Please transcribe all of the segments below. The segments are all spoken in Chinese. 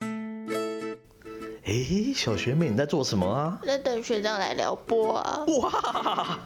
诶，哎小学妹你在做什么啊？在等学长来撩拨啊！哇，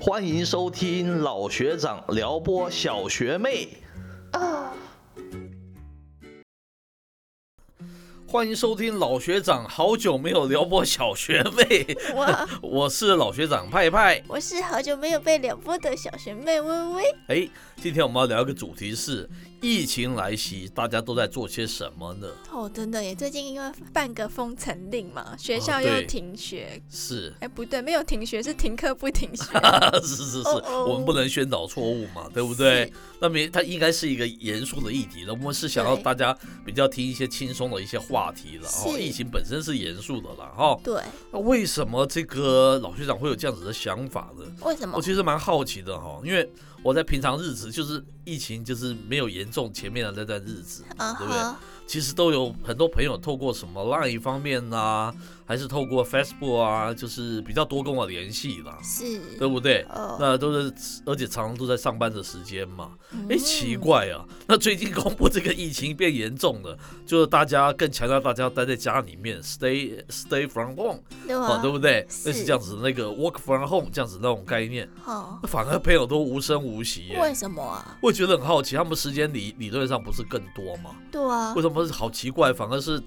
欢迎收听老学长撩拨小学妹。啊，欢迎收听老学长，好久没有撩拨小学妹， 哇，我是老学长派派。我是好久没有被撩拨的小学妹微微。哎，今天我们要聊一个主题是疫情来袭，大家都在做些什么呢？哦，真的耶！最近因为半个封城令嘛，学校哦又对停学。是。哎、不对，没有停学，是停课不停学。 是是是哦哦我们不能宣导错误嘛，对不对是？那么它应该是一个严肃的议题了。我们是想要对大家比较听一些轻松的一些话题了哦。是疫情本身是严肃的啦哈、哦。 对，那为什么这个老学长会有这样子的想法呢？为什么我？其实蛮好奇的哈、因为我在平常日子就是疫情就是没有严重前面的那段日子，啊对不对哈，其实都有很多朋友透过什么 Line 方面呐、还是透过 Facebook 啊，就是比较多跟我联系啦，是对不对？哦，那都是，而且常常都在上班的时间嘛。哎，嗯奇怪啊！那最近公布这个疫情变严重了，就是大家更强调大家要待在家里面，stay stay from home，对啊哦，吧？对不对？是类似这样子的那个 work from home 这样子那种概念，哦，反而朋友都无声无息耶。为什么啊？我也觉得很好奇，他们时间理理论上不是更多吗？对啊为，什么好奇怪，反而是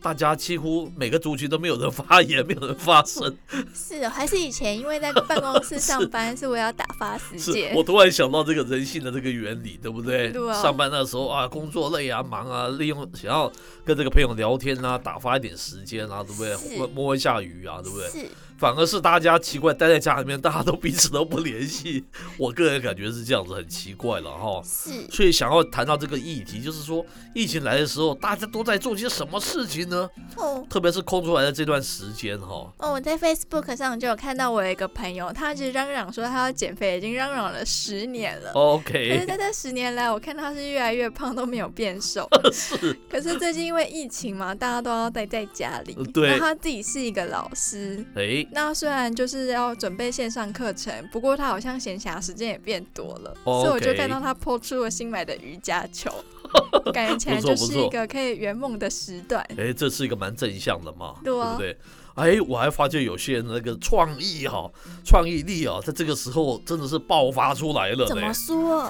大家几乎每个族群都没有人发言，没有人发声。是哦，还是以前因为在办公室上 班，是我要打发时是间我。突然想到这个人性的这个原理，对不对？对啊上班那时候啊，工作累啊，忙啊，利用想要跟这个朋友聊天啊，打发一点时间啊，对不是对？摸摸一下鱼啊，对不对？是反而是大家奇怪，待在家里面，大家都彼此都不联系。我个人感觉是这样子，很奇怪了哈。是，所以想要谈到这个议题，就是说疫情来的时候，大家都在做些什么事情呢？哦，特别是空出来的这段时间哈，哦，我在 Facebook 上就有看到我有一个朋友，他一直嚷嚷说他要减肥，已经嚷嚷了十年哦了。可是， OK，在这十年来，我看他是越来越胖，都没有变瘦。 是可是最近因为疫情嘛，大家都要待在家里呃。对然后他自己是一个老师，哎那虽然就是要准备线上课程，不过他好像闲暇时间也变多了哦 OK 所以我就看到他抛出了新买的瑜伽 球，感觉起来不错就不错是一个可以圆梦的时段。哎，这是一个蛮正向的嘛，对啊不对？哎，我还发觉有些人那个创意哈、创意力啊，在这个时候真的是爆发出来了怎么嘞。 说？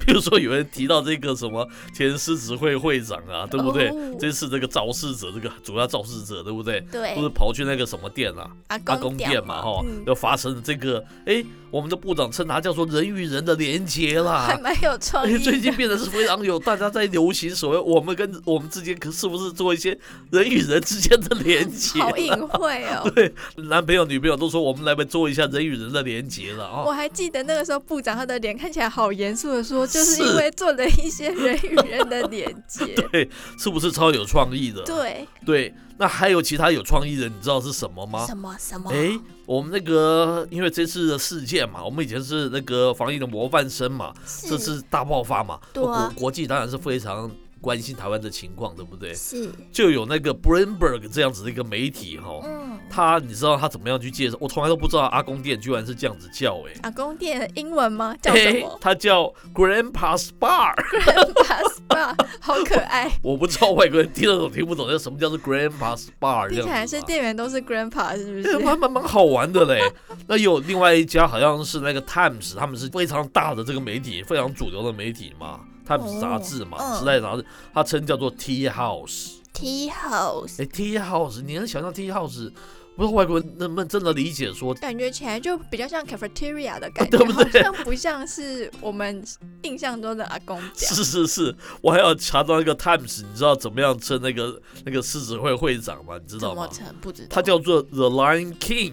譬如说，有人提到这个什么前狮子会会长啊，对不对？哦这次这个肇事者，这个主要肇事者，对不对？对不，是跑去那个什么店啊，阿阿公店店嘛，哈、嗯又发生了这个，哎，我们的部长称它叫做人与人的连结啦，还蛮有创而意且的。啊 最近变得是非常有，大家在流行所谓我们跟我们之间，可是不是做一些人与人之间的连接？好隐晦 哦。对，男朋友女朋友都说我们来做一下人与人的连接了啊、我还记得那个时候，部长他的脸看起来好严肃的 说，就是因为做了一些人与人的连接。 对，是不是超有创意的？对，对那还有其他有创意的，你知道是什么吗？什么什么？哎，我们那个因为这次的事件嘛，我们以前是那个防疫的模范生嘛，这是次大爆发嘛，对啊国国际当然是非常关心台湾的情况，对不对？是，就有那个 Bloomberg 这样子的一个媒体哈、嗯，他你知道他怎么样去介绍？我从来都不知道阿公店居然是这样子叫哎、阿公店的英文吗？叫什嘿 么？他叫 Grandpa's Bar，把 SPA，好可爱。 我不知道外国人听得懂听不懂，那什么叫做 Grandpa's Bar 这听样子起来吗是店员都是 grandpa，是不 哎是？蛮蛮蛮好玩的嘞。 那有另外一家好像是那个 Times，他们是非常大的这个媒体，非常主流的媒体嘛，Times 哦杂志嘛，嗯时代杂志，它称叫做 Tea House。 Tea House，哎，Tea House，你能想象 Tea House？不知道外国人能不能真的理解说感觉起来就比较像 cafeteria 的感觉，对不对好像不像是我们印象中的阿公家。是是是，我还要查到那个 Times，你知道怎么样称那个那个狮子会会长吗？你知道吗？成不知他叫做 The Lion King，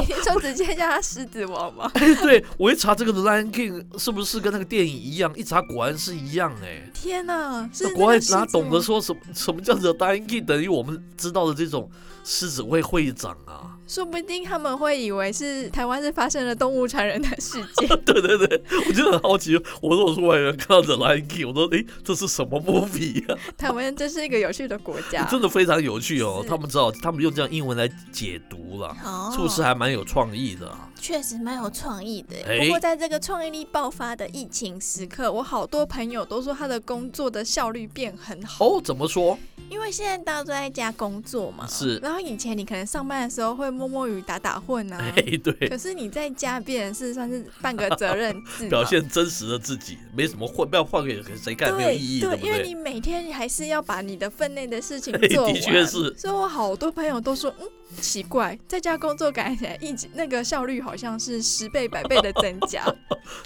你就直接叫他狮子王 吗？哎，对我一查这个 The Lion King 是不是跟那个电影一样？一查果然是一样哎、天哪，是那那国外个狮子哪懂得王？说什么什么叫 The Lion King，等于我们知道的这种狮子会会长啊？ 说不定他们会以为是台湾是发生了动物传人的事件。 对对对，我就很好奇，我说我是外国人看到 The Lion King，我说诶，这是什么 movie 啊？台湾真是一个 有趣的国家。真的非常有趣哦，啊是他们知道他们用这样英文来解读了。哦是不是还蛮有创意的、啊。确实蛮有创意的。哎不过在这个创意力爆发的疫情时刻，我好多朋友都说他的工作的效率变很好，哦，怎么 说？因为现在大家都在家工作嘛。是然后以前你可能上班的时候会摸摸鱼、打打混啊哎，，对，可是你在家变成是算是半个责任制 嘛，表现真实的自己，没什么换，不要换给谁干没有意义，对对不因为对？你每天你还是要把你的分内的 事情嘿做完。的确是所以我好多朋友都说，嗯，奇怪，在家工作感起来一直那个效率好像是十倍、百倍的增 加。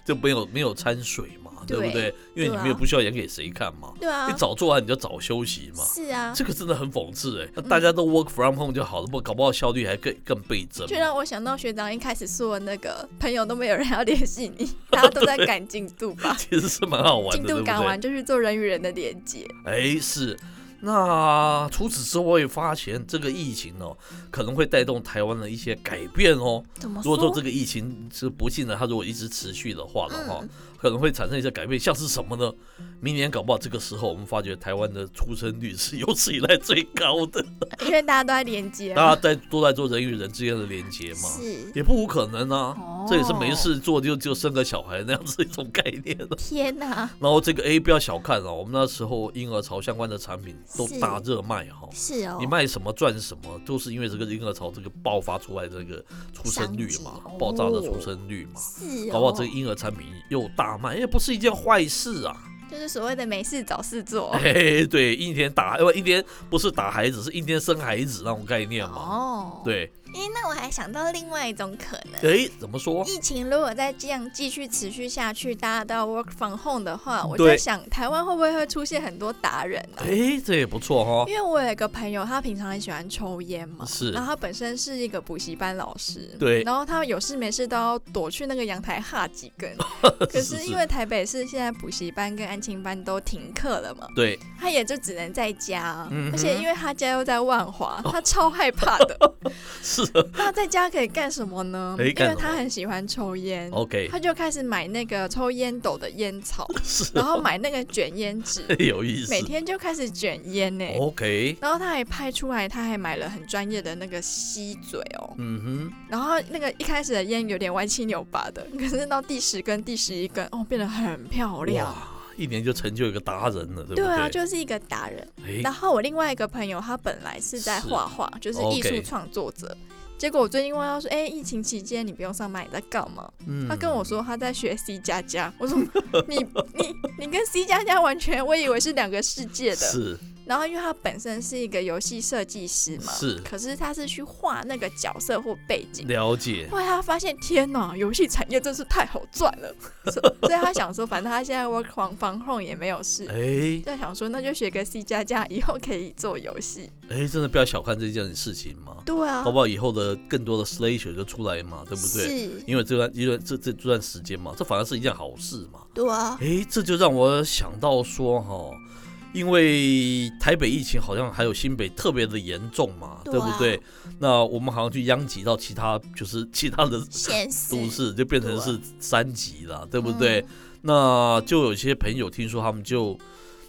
就没有没有掺水嘛，对对不对？因为你对啊们也不需要演给谁看嘛，对啊你，早做完你就早休息嘛。是啊，嗯这个真的很讽刺哎、那大家都 work from home 就好了，不搞不好效率还更更倍增。就让我想到学长一开始说的那个朋友都没有人要联系你， 大家都在赶进度吧。其实是蛮好玩进的，对度不赶对？完就去做人与人的连接，哎，是。那除此之外，发现这个疫情哦，可能会带动台湾的一些改变哦。怎么如果说这个疫情是不幸的，它如果一直持续的话的话，嗯可能会产生一些改变，像是什么呢？明年搞不好这个时候，我们发觉台湾的出生率是有史以来最高 的，因为大家都在连接大嘛，家在都在做人与人之间的连接嘛，是也不无可能啊。哦这也是没。事做就就生个小孩那样子一种概念 了。天哪，然后这个 A 不要小看哦，我们那时候婴儿潮相关的产品都是大热卖哈、是哦你卖什么赚什么，都是因为这个婴儿潮这个爆发出来这个出生率嘛商机，爆炸的哦出生率嘛，是哦搞不好这个婴儿产品又大卖，也不是一件坏事啊。就是所谓的没事找 事做。哎，对，一天打，因为一天不是打孩子，是一天生孩子那种概念嘛。哦，对，哎、那我还想到另外一种可能。哎，怎么说？疫情如果再这样继续持续下去，大家都要 work from home 的话，我嗯对在想台湾会不会会出现很多达人呢、哎，这也不错哈、因为我有一个朋友，他平常很喜欢抽烟嘛，是然后他本身是一个补习班老师，对然后他有事没事都要躲去那个阳台哈几根。可是是因为台北市现在补习班跟安亲班都停课了嘛，对，他也就只能在家，嗯哼哦而且因为他家又在万华，他超害怕的。是那在家可以干什么呢？可以因干为什么哦他很喜欢抽烟， OK，他就开始买那个抽烟斗的烟 草，是然后买那个卷烟 纸，有意思每。天就开始卷烟呢、哦 OK，然后他还拍出来，他还买了很专业的那个吸嘴哦。嗯哼，然后那个一开始的烟有点歪七扭八的， 可是到第十根、第十一根，哦，变得很漂亮。哇，一年就成就一个达人了，对不对？对啊，就是一个达人。哎然后我另外一个朋友，他本来是在是画画，就是艺术 OK 创作者。结果我最近问他说：“哎、疫情期间你不用上班，你在干嘛？”嗯他跟我说他在学 C 加加。我说：“ 你你你跟 C 加加完全，我以为是两个世界的。是”然后因为他本身是一个游戏设计师嘛，是可是他是去画那个角色或背景。了解，后来他发现，天哪，游戏产业真是太好赚了， 所所以他想说，反正他现在 work from from home 也没有事，哎在想说，那就学个 C 加加，以后可以做游戏。哎，真的不要小看这件事情嘛，对啊搞不好以后的更多的 slasher 就出来嘛，对不对？是，因为这段因为这这这段时间嘛，这反而是一件好事嘛。对啊，哎，这就让我想到说哈、因为台北疫情好像还有新北特别的严重嘛，对对不啊对？那我们好像去殃及到其他就是 其他的现实都市就变成是三级了，对不对？啊嗯那就有些朋友听说他们就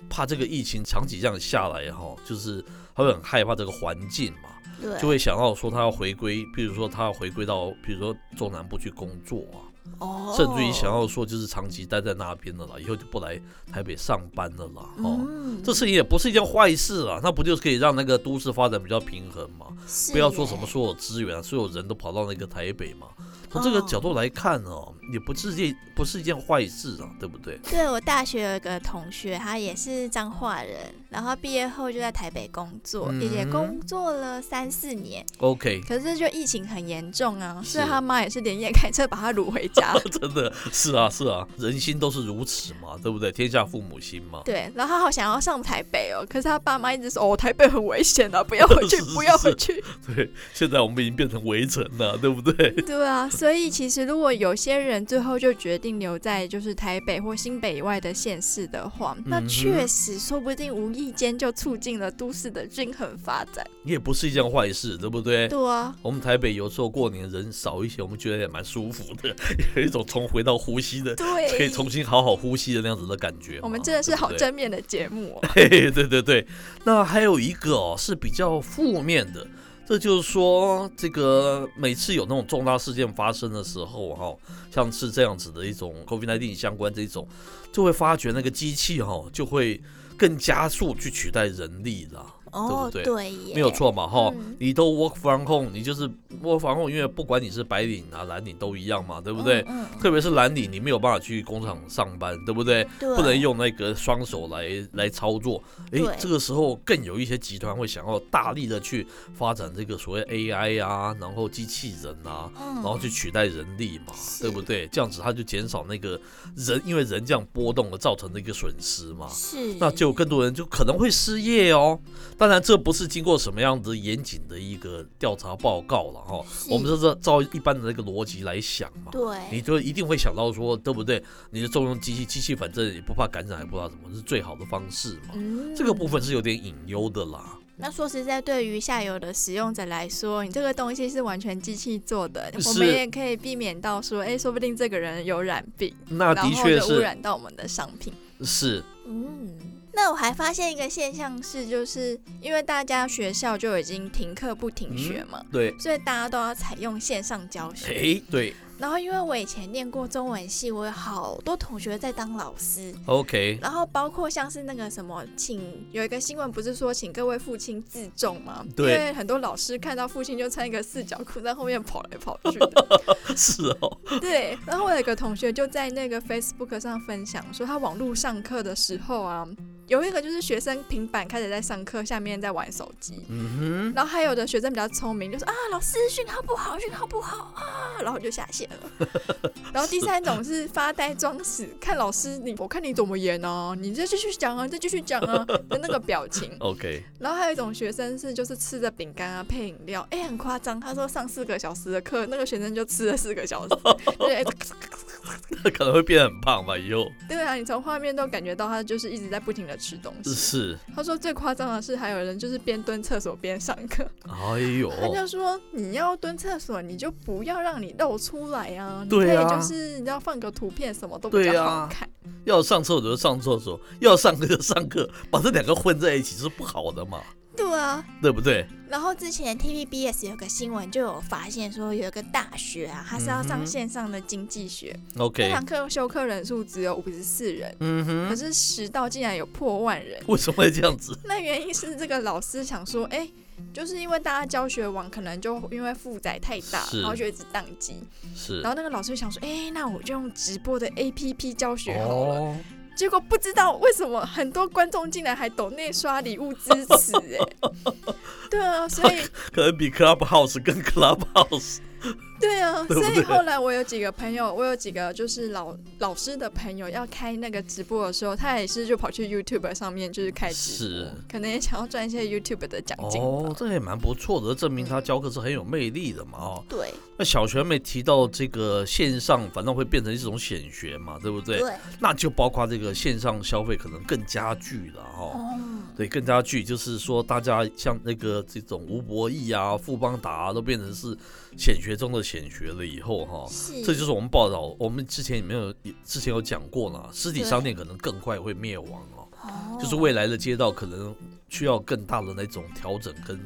怕这个疫情长期这样下来哈，就是他会很害怕这个环境嘛，嗯对就会想到说他要回归，比如说他要回归到比如说中南部去工作啊，哦甚至于想要说就是长期待在那边的啦，以后就不来台北上班了啦，哦。嗯，这事情也不是一件坏事啊，那不就是可以让那个都市发展比较平衡嘛？是不要说什么耶所有资源啊，所有人都跑到那个台北嘛。从这个角度来看哦，也不是件不是一件坏事啊，对不对？对我大学有一个同学，他也是彰化人，然后毕业后就在台北工作，嗯也工作了三四年， OK， 可是就疫情很严重啊，是所以他妈也是连夜开车把他掳回 家。真的是啊是啊，人心都是如此嘛，对不对？天下父母心嘛。 对，然后他好想要上台北哦，可是他爸妈一直说哦，台北很危险的、不要回去 是是，不要回是去。对，现在我们已经变成围城了，对不对？对啊，所以其实如果有些人最后就决定留在就是台北或新北以外的县市的话，那嗯哼确实说不定无意间就促进了都市的均衡发展。也不是一件坏事，对不对？对啊，我们台北有时候过年人少一些，我们觉得也蛮舒服 的，有一种重回到呼吸的，对，可以重新好好呼吸的那样子的感觉嘛。我们真的是对不好对正面的节目、哦。嘿，对对对，那还有一个哦是比较负面的，这就是说，这个每次有那种重大事件发生的时候，哈、像是这样子的一种 COVID-19 相关这一种，就会发觉那个机器哈、就会更加速去取代人力啦。哦，对不对对耶，没有，错嘛，哈、嗯你都 work from home，你就是 work from home，因为不管你是白领啊、蓝领都一样嘛，对不对？嗯，嗯特别是蓝领，你没有办法去工厂上班，对不对？对，不能用那个双手来来操作。诶对，这个时候更有一些集团会想要大力的去发展这个所谓 AI 啊，然后机器人啊，嗯，然然后去取代人力嘛，是对不对？这样子它就减少那个人，因为人这样波动而造成的一个损失嘛。是，那就有更多人就可能会失业哦。当然，这不是经过什么样子严谨的一个调查报告了哈、是我们是照照一般的那个逻辑来想嘛，你对，就一定会想到说，对不对？你就重用机器，机器反正也不怕感染，也不怕什么，是最好的方式嘛。嗯，这个部分是有点隐忧的啦。那说实在，对于下游的使用者来说，你这个东西是完全机器做的，我是们也可以避免到说，哎，说不定这个人有染病，那嗯然的后确就污是染到我们的商品。是嗯，那我还发现一个现象是，就是因为大家学校就已经停课不停学嘛， 对，所以大家都要采用线上教学。诶，对然后因为我以前念过中文系，我有好多同学在当老师。 ，OK，然后包括像是那个什么，请有一个新闻不是说请各位父亲自重吗？对因为很多老师看到父亲就穿一个四角裤在后面跑来跑去的。是哦，对，然后我有一个同学就在那个 Facebook 上分享说，他网络上课的时候啊，有一个就是学生平板开始在上课，下面在玩手机。嗯然后还有的学生比较聪明，就说啊，老师讯号不好，讯号不好啊，然后就下线了。 然后第三种是发呆装死，看老师你，我看你怎么演哦、你再继续讲啊，再继续讲啊的那个表情 哼。，OK， 然后还有一种学生是就是吃着饼干啊配饮料，哎、很夸张。他说上四个小时的课，那个学生就吃了四个小时，对可能会变得很胖吧，以后对啊，你从画面都感觉到他就是一直在不停的吃东西。是，他说最夸张的是还有人就是边蹲厕所边上课，哎呦，他就说你要蹲厕所，你就不要让你露出来啊，你可对以啊就是你要放个图片，什么都比对较啊好看。要上厕所就上厕所，要上课就上课，把这两个混在一起是不好的 嘛，对啊，对不对？然后之前 TVBS 有个新闻就有发现说有一个大学啊，它是要嗯上哼线上的经济学，那 OK，堂课修课人数只有五十四人，嗯可哼，是实到竟然有破万人。为什么会这样子？那原因是这个老师想说，哎、就是因为大家教学网可能就因为负载太大，是然后就一直宕机。是然后那个老师就想说，哎、那我就用直播的 APP 教学哦好了。，结果不知道为什么很多观众竟然还抖内刷礼物支持、 哎，对啊，所以可能比 Clubhouse 更 Clubhouse 对啊， 对不所对以后来我有几个朋友，我有几个就是老老师的朋友要开那个直播的时候，他也是就跑去 YouTube 上面就是开直是播，可能也想要赚一些 YouTube 的奖金吧。哦，这也蛮不错的，证明他教课是很有魅力的嘛哦。对那小学妹提到这个线上，反正会变成一种显学嘛，对不对？对，那就包括这个线上消费可能更加剧了哈、哦。哦，对，更加剧就是说，大家像那个这种吴博义啊、富邦达、啊、都变成是显学中的显学了以后哈、是，这就是我们报道，我们之前也没有，也之前有讲过呢，实体对商店可能更快会灭亡哦，哦就是未来的街道可能需要更大的那种调整跟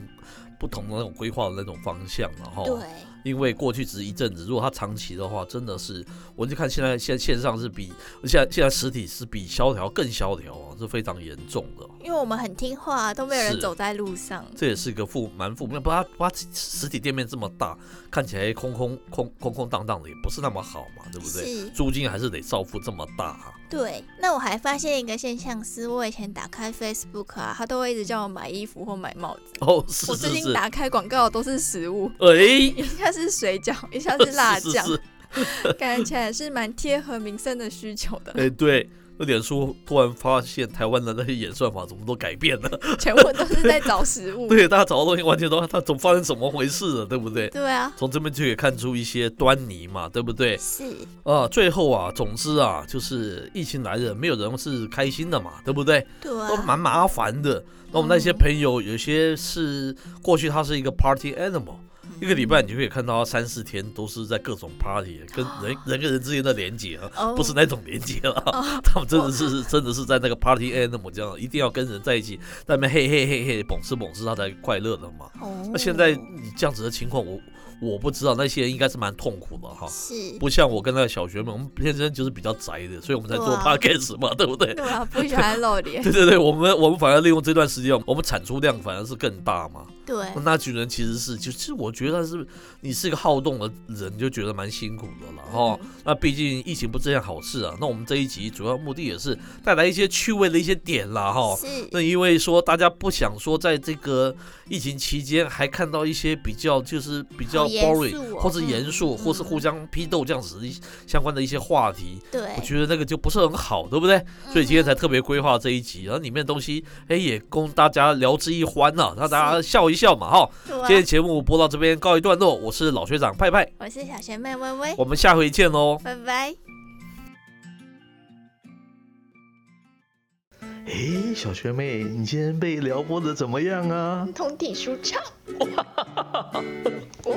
不同的那种规划的那种方向了哈。对，因为过去只是一阵子，如果它长期的话，真的是，我就看现在现线上是比现在现在实体是比萧条更萧条啊，是非常严重的。因为我们很听话，都没有人是走在路上。这也是一个负蛮负面，不然它不然它实体店面这么大，看起来空空空空空荡荡的，也不是那么好嘛，对不对？是，租金还是得照付这么大、啊。对。那我还发现一个现象是，我以前打开 Facebook 啊，他都会一直叫我买衣服或买帽子。哦，是我最是近是，打开广告都是食物， 哎，一下是 水饺，一下是辣是酱，是是感觉起来是蛮贴合民生的需求 的，哎，对，那脸书突然发现台湾的那些演算法怎么都改变了，全部都是在找食 物。对，大家找到东西完全都，它总发生怎么回事了，对不对？对啊，从这边就可以看出一些端倪嘛，对不对？是，啊，最后啊，总之啊，就是疫情来了，没有人是开心的嘛，对不对？对都啊，蛮麻烦的。那我们那些嗯朋友，有些是过去他是一个 party animal，一个礼嗯拜你就可以看到他三四天都是在各种 party，跟啊人人跟人之间的连接啊，哦不是那种连接了，他们真的是真的是在那个 party animal 这样，一定要跟人在一起，在那边嘿嘿嘿嘿蹦吃蹦吃，他才快乐的嘛。哦那现在你这样子的情况，我我不知道那些人应该是蛮痛苦的哈。是不像我跟那个小学们，我们天生就是比较宅的，所以我们才做对啊 podcast 嘛，对不对？对啊，不喜欢露 脸，对对对，我们我们反而利用这段时间，我们产出量反而是更大嘛。对那群人其实是，就其实我觉得是你是个好动的人，就觉得蛮辛苦的了哈、嗯那毕竟疫情不是件好事啊。那我们这一集主要目的也是带来一些趣味的一些点啦哈。是那因为说大家不想说在这个疫情期间还看到一些比较就是比较好严 boring 肃哦或是严肃、嗯或是互相批斗这样子的一相关的一些话题，对我，觉得那个就不是很好，对不对？嗯所以今天才特别规划这一集，然后里面的东西哎也供大家聊之一欢呐、让大家笑一笑嘛哈。对啊今天节目播到这边告一段落，我是老学长派派，我是小学妹微微，我们下回见喽。拜拜。诶，哎小学妹，你今天被撩拨的怎么样啊？通体舒畅。哦